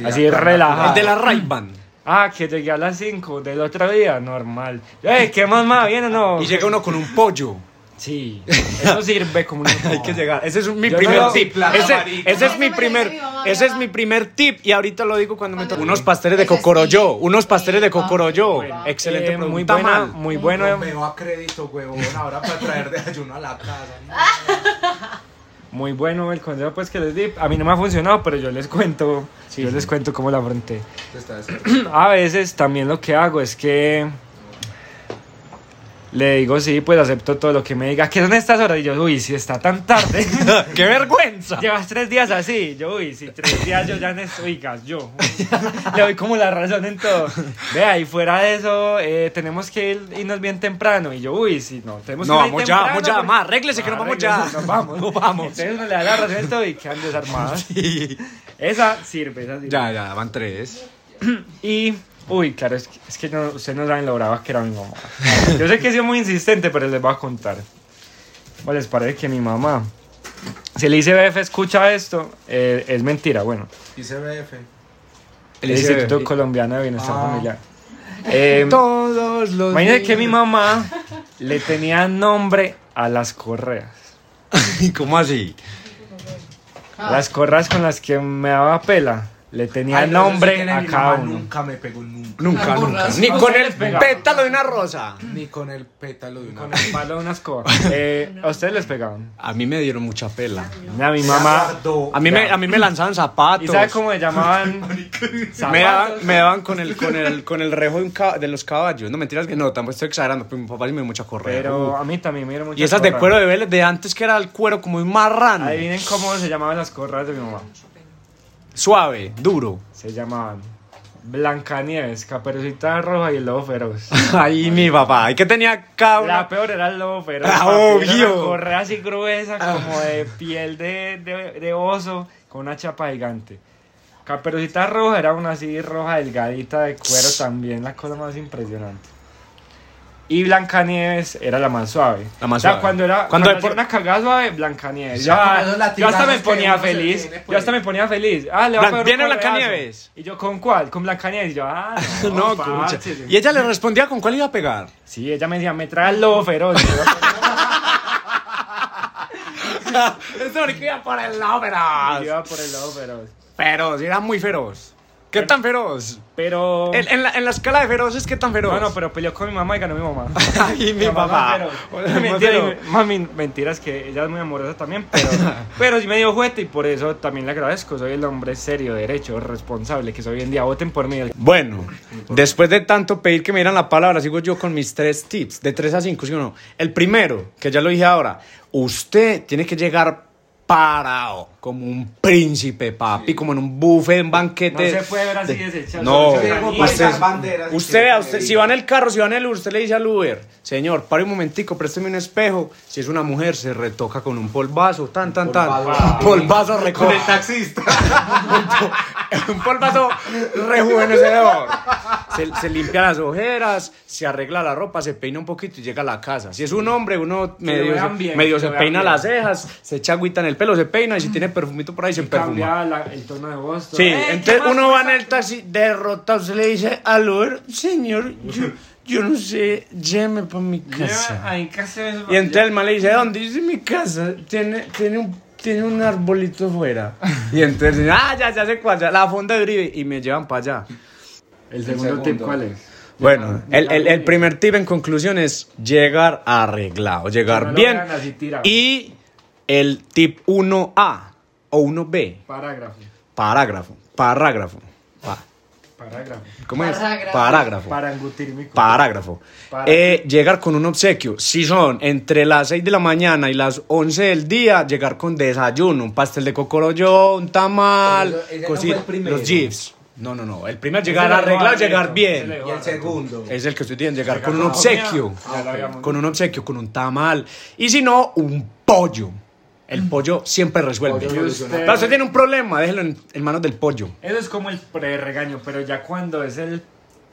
C: Así
E: acá,
C: relajado.
B: El de la Ray-Ban.
C: Ah, que llegué a las 5 del otro día, normal. Eh, ¿qué más más? ¿Bien o no?
B: Y llega uno con un pollo.
C: Sí, eso sirve como una...
B: Hay que llegar. Ese es mi
C: Yo
B: primer
C: no-
B: tip.
E: Plata,
B: Ese,
E: marica.
B: ese es
D: Eso
B: mi
D: me
B: primer,
D: dice mi mamá,
B: ese
D: mi
B: es
D: mamá.
B: mi primer tip y ahorita lo digo cuando me
D: Cuando-
B: toque. Unos pasteles de
D: Ese sí.
B: Cocoroyo, unos pasteles de
D: Sí, papi.
B: Cocoroyo.
D: Bueno.
B: Excelente
C: Eh,
B: pregunta,
C: muy buena,
B: man.
C: muy
E: No
B: Em.
C: bueno.
E: me va a crédito, huevón, ahora para traer desayuno a la casa.
C: Muy bueno el consejo pues que les di. A mí no me ha funcionado, pero yo les cuento,
F: Sí,
C: yo
F: sí.
C: les cuento cómo la afronté.
E: Te Pues está descargando.
C: A veces también lo que hago es que le digo sí, pues acepto todo lo que me diga. ¿Qué son estas horas? Y yo, uy, si está tan tarde.
B: ¡Qué vergüenza!
C: Llevas tres días así. Yo, uy, si tres días yo ya no estoy, gas, yo. Le doy como la razón en todo. Vea, y fuera de eso, eh, tenemos que ir- irnos bien temprano. Y yo, uy, si no, tenemos
B: No,
C: que ir
B: vamos ya,
C: temprano
B: vamos ya,
C: porque-
B: más, arréglese que
C: Ah,
B: nos vamos ya.
C: arréglese, Nos vamos.
B: Nos vamos.
C: Entonces uno le da la razón en todo y quedan desarmadas. Esa sirve, esa sirve.
B: Ya, ya, van tres.
C: Y, uy, claro, es que, es que no, ustedes no saben lo brava que era mi mamá. Yo sé que he sido muy insistente, pero les voy a contar. Bueno, les parece que mi mamá, si el ICBF escucha esto, eh, es mentira, bueno.
E: ICBF.
C: El,
F: ICBF.
C: Instituto Colombiano de Bienestar
E: Ah.
C: Familiar. Eh,
F: Todos los.
C: imagínense que mi mamá le tenía nombre a las correas.
B: ¿Y cómo así?
C: Ah. Las correas con las que me daba pela. Le tenía
E: Ay, no, yo sí
C: nombre
E: que
C: a
E: mi
C: cada
E: mamá
C: uno.
E: Nunca me pegó, nunca.
F: Nunca,
D: Las
F: nunca.
D: burras.
F: Ni
D: No
F: con
C: se
F: el
C: les pegaba.
F: pétalo de una rosa.
E: Ni con el pétalo de una
C: Con el palo de una escoba. Eh, ¿A ustedes les pegaban?
B: A mí me dieron mucha pela.
C: A mi mamá.
B: A mí me, a mí me lanzaban
C: ¿Y
B: zapatos.
C: sabes cómo le llamaban?
B: Me
C: Zapatos.
B: daban, me daban con el con el con el rejo de, un ca- de los caballos. No mentiras que no, tampoco estoy exagerando, pero mi papá sí me dio mucha correa.
C: Pero
B: Uh.
C: a mí también me dieron muchas
B: y esas de
C: corras.
B: cuero de Vélez de antes que era el cuero como un marrano.
C: Adivinen cómo se llamaban las corras de mi mamá.
B: Suave, duro.
C: Se llamaban Blancanieves, Caperucita Roja y el Lobo Feroz.
B: Ay, mi papá. ¿Y qué tenía cada una?
C: La peor era el Lobo Feroz.
B: Ah,
C: papi, era
B: obvio. Ah.
C: Una correa así gruesa, como de piel de, de- de oso, con una chapa gigante. Caperucita Roja era una así roja delgadita de cuero también, la cosa más impresionante. Y Blancanieves era la más suave.
B: La más
C: O sea,
B: suave.
C: cuando era
B: Cuando
C: cuando
B: de por-
C: hacía una cagada suave, Blancanieves.
E: Sí, como
C: Ya,
E: esos
C: yo hasta
E: latigazos
C: me
E: que
C: ponía
E: uno se
C: feliz.
E: tiene, pues.
C: Yo hasta me ponía feliz. Ah, le va a
B: Blan-
C: pegar un
B: ¿viene
C: correazo.
B: Blancanieves?
C: Y yo, ¿con cuál? Con Blancanieves. Y yo, ah, no,
B: No, con mucha-
C: parche.
B: Y ella le respondía con cuál iba a pegar.
C: Sí, ella me decía, me trae el lobo feroz. Y yo,
B: Este marica iba por el lado
C: Yo
B: feroz.
C: iba por el lado feroz.
B: Feroz, era muy feroz. ¿Qué tan feroz?
C: Pero.
B: En, en la, en la escala de feroces, ¿qué tan feroz?
C: No, no, pero peleó con mi mamá y ganó mi mamá.
B: Ay, mi papá.
C: Pero, mentira, mami, mentiras que ella es muy amorosa también, pero, pero sí me dio juguete y por eso también le agradezco. Soy el hombre serio, derecho, responsable que soy hoy en día. Voten por mí.
B: Bueno, después de tanto pedir que me dieran la palabra, sigo yo con mis tres tips, de tres a cinco, ¿sí o no? El primero, que ya lo dije ahora, usted tiene que llegar parado, como un príncipe, papi, como en un buffet, en
C: No
B: banquete.
C: se puede ver así desechado.
B: No.
C: Soy
E: Llego
C: organi-
E: para
B: Usted-
E: sacar banderas y
B: Usted,
E: que-
B: vea, usted, si va en el carro, si va en el Uber, usted le dice al Uber, señor, pare un momentico, présteme un espejo. Si es una mujer, se retoca con un polvazo, tan, tan, tan.
E: Polvazo.
B: Polvazo
E: Con el
B: recoge.
E: taxista.
B: un polvazo rejuvenecedor. Se, se limpia las ojeras, se arregla la ropa, se peina un poquito y llega a la casa. Si es un hombre, uno medio, se,
C: vean bien,
B: medio
C: que
B: se
C: lo vean
B: peina
C: bien.
B: las cejas, se echa agüita en el pelo, se peina y si tiene perfumito por ahí, se perfuma.
C: Cambia la- el tono de voz. todo.
B: Sí,
C: Eh, ¿qué
B: entonces
C: más?
B: uno va en el taxi derrotado, se le dice al Uber, señor, yo, yo no sé, lléveme para mi
C: Lleva
B: casa.
C: ahí casi eso.
B: Y entonces el man le dice, ¿dónde? Dice, mi casa, tiene, tiene un... Tiene un arbolito fuera. Y entonces, ah, ya, ya sé cuál, ya, la fonda de Uribe. Y me llevan para allá.
C: El segundo tip, ¿cuál es?
B: Bueno,
C: Ah,
B: el, el- el primer tip en conclusión es llegar arreglado,
C: No
B: llegar
C: lo
B: bien.
C: hagan así, tira.
B: Y el tip 1A o 1B,
C: Parágrafo.
B: parágrafo, parágrafo. pa-
C: Parágrafo.
B: ¿Cómo es?
D: Parágrafo.
B: Parágrafo.
C: Para engutir mi culo.
B: Parágrafo.
C: Para-
B: Eh, llegar con un obsequio. Si son entre las 6 de la mañana y las 11 del día, llegar con desayuno, un pastel de cocoroyo, un tamal,
E: Pero eso- ese no
B: cosi-
E: fue el primero.
B: los chips. No, no, no. El primero llegar
C: Ese le
B: arreglado,
C: roba,
B: llegar
C: ese
B: bien.
C: le
E: Y el segundo.
B: Es el que estoy diciendo, llegar con un obsequio.
C: Ya lo habíamos
B: Con un obsequio, con un tamal. Y si no, un pollo. El pollo siempre resuelve.
E: Pollo soluciona.
B: Pero usted tiene un problema, déjelo en, en manos del pollo.
C: Eso es como el pre-regaño, pero ya cuando es el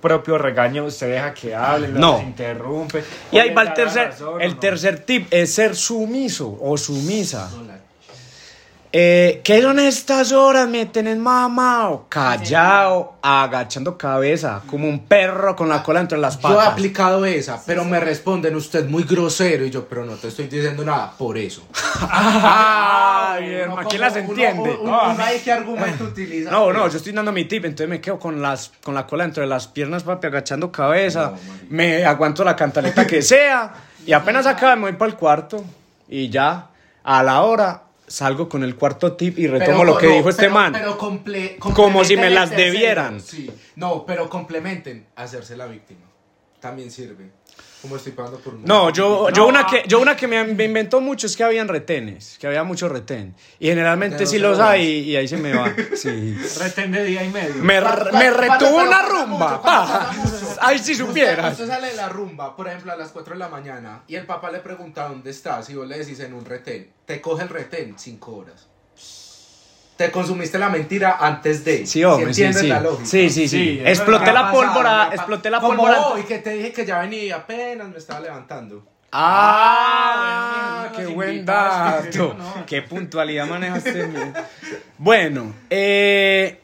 C: propio regaño, usted deja que hablen,
B: No.
C: no. interrumpe.
B: Y ahí
C: Oye,
B: va el
C: ¿da
B: tercer,
C: razón o
B: el
C: no?
B: tercer tip, es ser sumiso o sumisa. Eh, ¿Qué son estas horas? Me tenés mamao, callao, agachando cabeza, como un perro con la cola entre las
E: Yo he
B: patas.
E: aplicado esa, pero me responden usted muy grosero y yo, pero no te estoy diciendo nada por eso.
B: Ay,
E: Uno
B: hermano,
E: como-
B: ¿quién las
E: uno-
B: entiende?
E: uno-
C: No, a
E: uno
C: mí-
E: ahí qué argumento utiliza.
B: No, no, yo estoy dando mi tip, entonces me quedo con, las, con la cola entre las piernas, papi, agachando cabeza. me aguanto la cantaleta que sea. Y apenas acaba, me voy para el cuarto. Y ya, a la hora, salgo con el cuarto tip y
E: Pero
B: retomo lo
E: co-
B: que
E: no,
B: dijo este
E: pero-
B: man.
E: pero comple-
B: Como si me
E: complementen
B: las
E: el tercero.
B: debieran.
E: Sí, no, pero complementen hacerse la víctima. También sirve. Como estoy pagando por un-
B: No, yo, yo, una que, yo una que me, me inventó mucho es que habían retenes, que había mucho retén. Y generalmente
E: Retén
B: sí
E: doce
B: los
E: horas.
B: hay y ahí se me va. Sí.
C: Retén de día y medio.
B: Me,
E: Pa-
B: r-
E: pa-
B: me
E: pa-
B: retuvo
E: pero
B: una
E: pasa
B: rumba.
E: mucho, pasa
B: pa.
E: mucho.
B: Ay, si
E: Usted-
B: supieras.
E: Usted sale de la rumba, por ejemplo, a las 4 de la mañana y el papá le pregunta dónde estás y vos le decís en un retén. Te coge el retén 5 horas. Te consumiste la mentira antes de.
B: Sí, hombre,
E: si
B: sí,
E: entiendes
B: sí.
E: la lógica.
B: Sí, sí,
C: Sí,
B: sí.
C: es
B: Exploté
C: verdad.
B: la pólvora,
E: Pasada,
B: exploté la
E: como
B: pólvora.
E: hoy que te dije que ya venía y apenas me estaba levantando.
B: Ah,
E: Ah, bueno,
B: qué
E: los
B: buen
E: invitados que
B: dato. Qué puntualidad manejaste. mi- bueno, eh,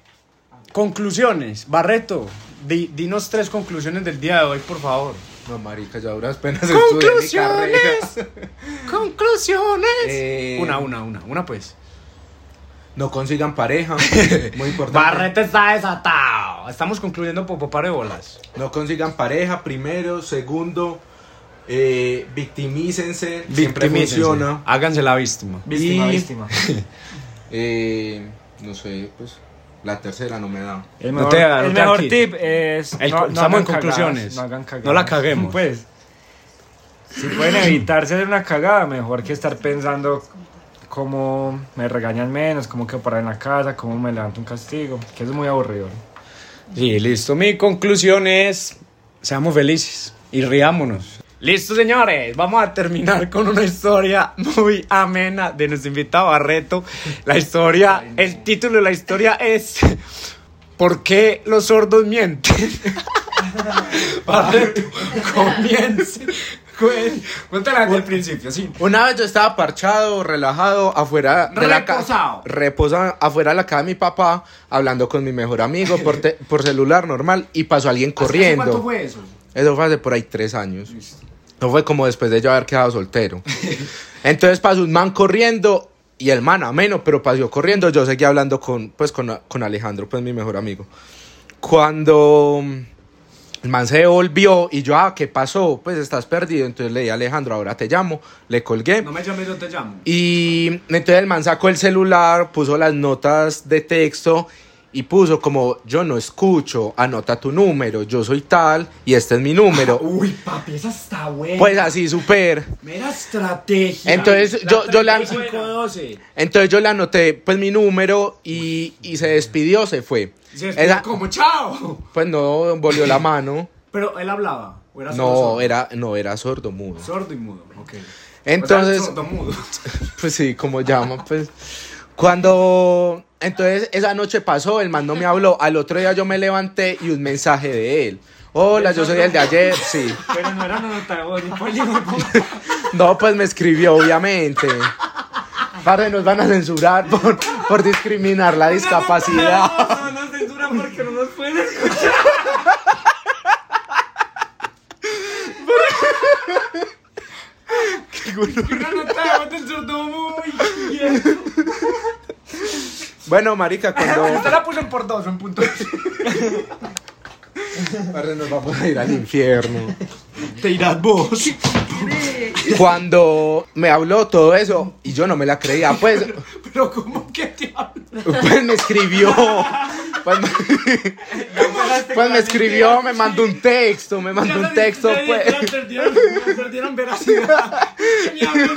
B: conclusiones. Barreto, di- dinos tres conclusiones del día de hoy, por favor.
E: No, marica, ya duras penas
B: Conclusiones. Conclusiones.
E: Eh,
B: Una, una, una, una pues.
E: No consigan pareja, muy importante.
B: Barreto está desatado. Estamos concluyendo por par de bolas.
E: No consigan pareja, primero. Segundo, eh, victimícense, siempre
B: Victimícense.
E: funciona.
B: Háganse la víctima.
C: Víctima,
E: Y-
C: víctima.
E: Eh, no sé, pues la tercera no me da.
C: El
B: No
C: mejor,
B: te hagas,
C: el
B: no te
C: mejor
B: hagas.
C: tip es.
B: El-
C: no- no
B: estamos
C: hagan
B: en conclusiones.
C: cagadas, no hagan cagadas.
B: No la caguemos.
C: Pues, si pueden evitarse hacer una cagada, mejor que estar pensando cómo me regañan menos, cómo quedo parado en la casa, cómo me levanto un castigo, que eso es muy aburrido.
B: Sí, listo. Mi conclusión es, seamos felices y riámonos. Listo, señores. Vamos a terminar con una historia muy amena de nuestro invitado Barreto. La historia, el título de la historia es ¿Por qué los sordos mienten? Barreto, comience. Cuen- Cuéntala desde el principio, sí.
E: Una vez yo estaba parchado, relajado, afuera de la
B: Reposado.
E: casa. Reposado. afuera de la casa de mi papá, hablando con mi mejor amigo por, te- por celular normal y pasó alguien corriendo.
B: ¿Cuánto fue eso?
E: Eso fue hace por ahí tres años. No fue como después de yo haber quedado soltero. Entonces pasó un man corriendo y el man ameno, pero pasó corriendo. Yo seguí hablando con, pues, con, con Alejandro, pues mi mejor amigo. Cuando mm, el man se volvió y yo, ah, ¿qué pasó? Pues estás perdido. Entonces le dije a Alejandro, ahora te llamo. Le colgué.
B: No me llames, yo te llamo.
E: Y entonces el man sacó el celular, puso las notas de texto y puso como yo no escucho, anota tu número, yo soy tal y este es mi número.
B: Uy, papi, esa está buena.
E: Pues así, super.
B: Mera estrategia.
E: Entonces, yo- yo la-
B: 3512.
E: Entonces yo le anoté pues mi número y, y se despidió, se fue.
B: Se despidió
E: Esa-
B: como chao.
E: pues no volvió la mano.
B: Pero él hablaba. ¿o era solo
E: No,
B: sordo?
E: era, no, era sordo mudo.
B: Sordo y mudo, ok.
E: Entonces,
B: O sea, sordo mudo.
E: Pues sí, como llaman, pues. Cuando. Entonces, esa noche pasó, el man no me habló. Al otro día yo me levanté y un mensaje de él. Hola, yo soy el de ayer, sí.
C: Pero no era una nota de voz, ni por
E: No, pues me escribió, obviamente. Padre, nos van a censurar por, por discriminar la discapacidad.
C: No, no censuran porque no nos pueden escuchar. Una nota de voz del sordo muy bien.
E: Bueno, marica, cuando.
B: Usted la puso en por dos o en punto.
E: Padre, nos vamos a ir al infierno.
B: Te irás vos.
E: Cuando me habló todo eso y yo no me la creía, pues.
B: Pero ¿cómo que te hablo?
E: Pues me escribió. Pues me, pues me escribió, me mandó un texto, me mandó un texto, pues.
B: Perdieron, perdieron veracidad. Me habló.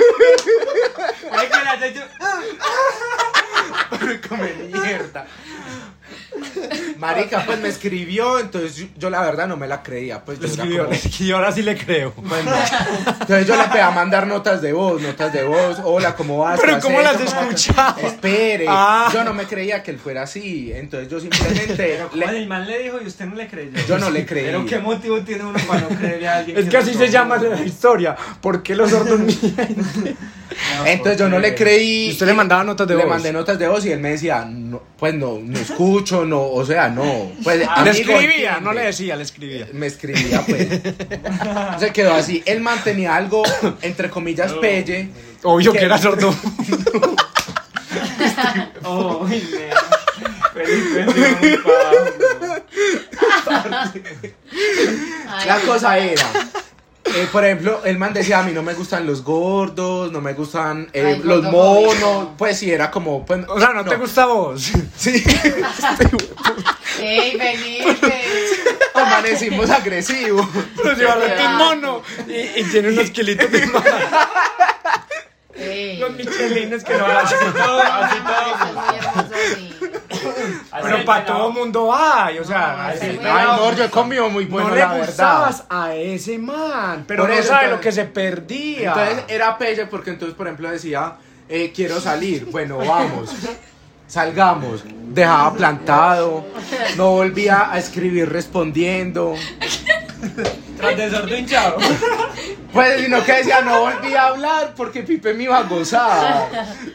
B: pues.
E: Come mierda. Marica, pues me escribió, entonces yo, yo la verdad no me la creía. Pues yo era
B: Escribió,
E: como-
B: y ahora sí le creo.
E: entonces yo le pegué a mandar notas de voz, notas de voz. Hola, ¿cómo vas?
B: Pero
E: ¿Qué
B: ¿cómo
E: haces?
B: las escuchaba?
E: Espere,
B: Ah.
E: yo no me creía que él fuera así, entonces yo simplemente le-
C: el man le dijo y usted no le creyó.
E: yo no le creí.
C: Pero qué motivo tiene uno para no creerle a alguien.
B: Es que así
C: no
B: se
C: son?
B: llama la historia. ¿Por qué los sordos mienten?
E: Entonces yo no le creí.
B: Y usted le mandaba notas de
E: le
B: voz.
E: mandé notas de voz y él me decía, no, pues no, no escucho, no, o sea, no. Pues,
B: Ah, Le
E: amigo,
B: escribía,
E: entiende.
B: no le decía, le escribía.
E: Me escribía, pues. Se quedó así. Él mantenía algo, entre comillas, pelle.
B: Obvio
E: ¿Qué?
B: Eh, que era sordo.
C: Oh, uy, nena. Feliz, feliz, muy pavo.
E: La cosa era Eh, por ejemplo, el man decía, a mí no me gustan los gordos, no me gustan eh,
D: Ay,
E: los
D: gordofobia.
E: monos. Pues sí, era como... Pues,
B: O sea, no, te gusta vos.
E: Sí,
D: ¡Ey, Felipe!
E: amanecimos agresivos.
B: Nos llevaron un mono y, y tiene unos kilitos de más.
D: ¡Ey!
B: Los michelinos que no
C: así todo, así
D: Estás
C: todo.
D: muy hermoso, sí.
C: así
B: Pero
C: el
B: para
C: pelado.
B: todo mundo hay, o sea,
D: No,
B: así-
D: ese
E: Ay, no, yo he comido muy bueno,
B: no le
E: la verdad.
B: gustabas a ese man, pero
E: Por
B: no
E: eso,
B: sabe
E: entonces-
B: lo que se perdía.
E: Entonces era pelle porque entonces, por ejemplo, decía, eh, quiero salir, bueno, vamos, salgamos. Dejaba plantado, no volvía a escribir respondiendo.
C: Tras de sordo hinchado.
E: Pues, sino que decía, no volvía a hablar porque Pipe me iba a gozar.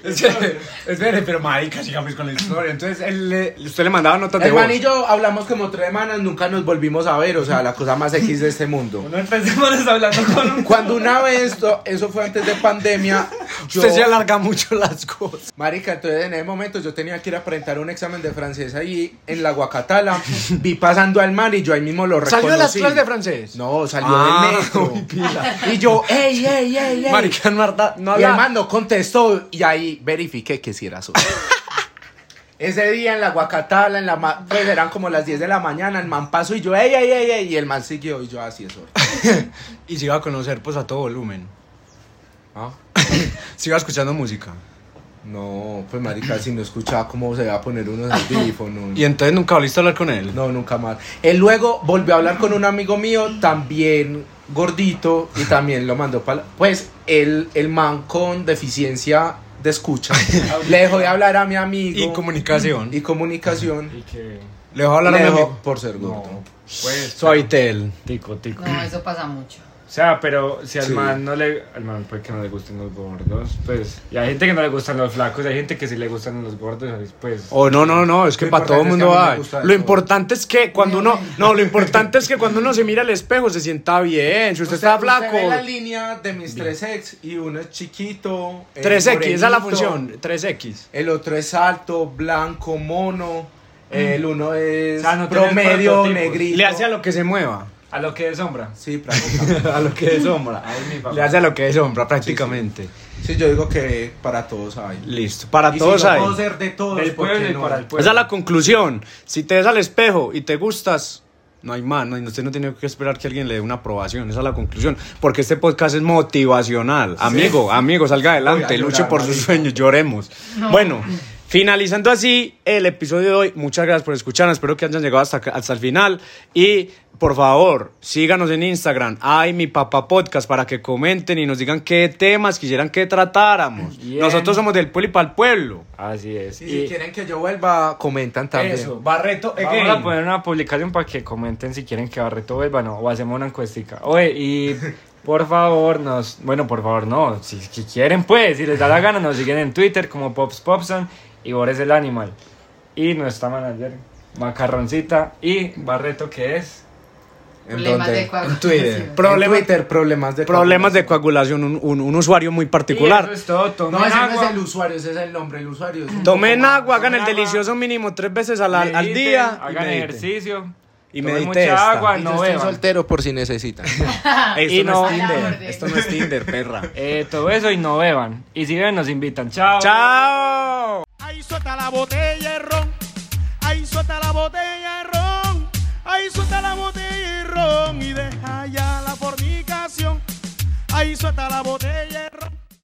B: Espere, espere, pero marica, sigamos con la historia. Entonces él le- usted le mandaba notas de
E: El
B: voz.
E: man y yo hablamos como tres semanas, nunca nos volvimos a ver, o sea, la cosa más X de este mundo.
C: No empecemos hablando con un...
E: Cuando una vez, to- eso fue antes de pandemia, yo...
B: Usted se alarga mucho las cosas.
E: Marica, entonces en ese momento yo tenía que ir a presentar un examen de francés ahí en la Guacatala. Vi pasando al mar y yo ahí mismo lo reconocí.
B: ¿Salió de las clases de francés?
E: No, salió
B: Ah, uy,
E: del metro. Y yo, ey, ey, ey, ey.
B: Marica, no, arda- no
E: y el
B: habla.
E: man no contestó y ahí verifiqué que sí era suyo. Ese día en la Guacatala, en la ma- pues eran como las 10 de la mañana, el man pasó y yo, ey, ey, ey, ey, y el man siguió y yo así es hora.
B: Y se iba a conocer pues a todo volumen.
E: Ah,
B: Se iba escuchando música.
E: No, pues marica, si no escuchaba cómo se iba a poner unos audífonos.
B: Y entonces nunca volviste a hablar con él.
E: No, nunca más. Él luego volvió a hablar con un amigo mío, también gordito, y también lo mandó para... Pues el, el man con deficiencia de escucha. le dejó de hablar a mi amigo.
B: Y comunicación.
E: y comunicación.
C: Y que...
B: Le dejó hablar
E: le
B: a mi
E: dejó
B: amigo.
E: por ser gordo.
C: No, pues...
B: Suavitel.
C: Tico, tico.
D: No, eso pasa mucho.
C: O sea, pero si al
E: Sí.
C: man no le... Al man puede que no le gusten los gordos, pues... Y hay gente que no le gustan los flacos, y hay gente que sí le gustan los gordos, pues...
B: Oh, no, no, no, es que
E: Lo
B: para todo el
E: importante
B: mundo
E: es que a mí me
B: hay.
E: gusta de
B: Lo
E: todo.
B: importante es que cuando uno. No, lo importante es que cuando uno se mira al espejo se sienta bien. Si usted, está flaco.
E: ve la línea de mis 3X y uno es chiquito. el
B: 3X, esa es la
E: Eh, morenito,
B: función. 3X.
E: El otro es alto, blanco, mono. El uno es
C: O sea, no tienes
E: promedio,
C: prototipos.
E: negrito.
B: Le hace a lo que se mueva.
C: A lo que es sombra.
E: Sí, prácticamente.
B: a lo que es sombra.
C: Ay, mi papá.
B: Le hace a lo que es sombra, prácticamente.
E: Sí, yo digo que para todos hay.
B: Listo. Para
E: Y
B: todos
E: si no
B: hay.
E: puedo ser de todos,
C: Del
E: ¿por qué
C: pueblo y
E: no?
C: para el pueblo.
B: Esa es la conclusión. Si te ves al espejo y te gustas, no hay más. No, usted no tiene que esperar que alguien le dé una aprobación. Esa es la conclusión. Porque este podcast es motivacional. Amigo, amigo, salga adelante,
E: Voy a llorar,
B: luche por sus
E: marica.
B: sueños, lloremos. Bueno. Finalizando así el episodio de hoy, muchas gracias por escucharnos, espero que hayan llegado hasta, acá- hasta el final y por favor síganos en Instagram, ay mi papá podcast, para que comenten y nos digan qué temas quisieran que tratáramos.
C: Bien.
B: Nosotros somos del pueblo y para el pueblo.
C: Así es.
E: Y si quieren que yo vuelva, comentan también.
B: Eso, Barreto,
C: Vamos a poner una publicación para que comenten si quieren que Barreto vuelva no, o hacemos una encuestica. Oye, y por favor, nos. Bueno, por favor, no. Si, si quieren, pues, si les da la gana, nos siguen en Twitter como Pops Popson y Boris el Animal. Y nuestra manager, Macarroncita. Y Barreto, que es.
E: ¿En
D: Problemas
E: dónde?
D: de coagulación.
B: Twitter.
E: En
B: Problema-
E: Twitter, problemas de
B: Problemas de
E: coagulación.
B: coagulación, un, un- un usuario muy
C: Y
B: particular.
C: eso es todo. Tomen
E: No, ese no
C: agua.
E: es el usuario, ese es el nombre, el usuario. es un
B: Tomen
E: poco más-
B: agua, hagan el
C: agua.
B: delicioso mínimo tres veces al, al
C: Mediten,
B: día. y
C: Hagan
B: mediten.
C: ejercicio.
B: Y
C: tomen
B: medite
C: mucha
B: esta.
C: agua,
E: Y
C: no
E: yo estoy
C: beban.
E: soltero por si necesitan.
B: Esto
C: Y
B: no,
C: no-
B: es
D: A la
B: Tinder.
D: orden.
B: Esto no es Tinder, perra.
C: Eh, todo eso y no beban. Y si beben, nos invitan. Chao.
B: ¡Chao!
A: Ahí suelta la botella de ron. Ahí suelta la botella de ron. Ahí suelta la botella de ron y deja ya la fornicación. Ahí suelta la botella de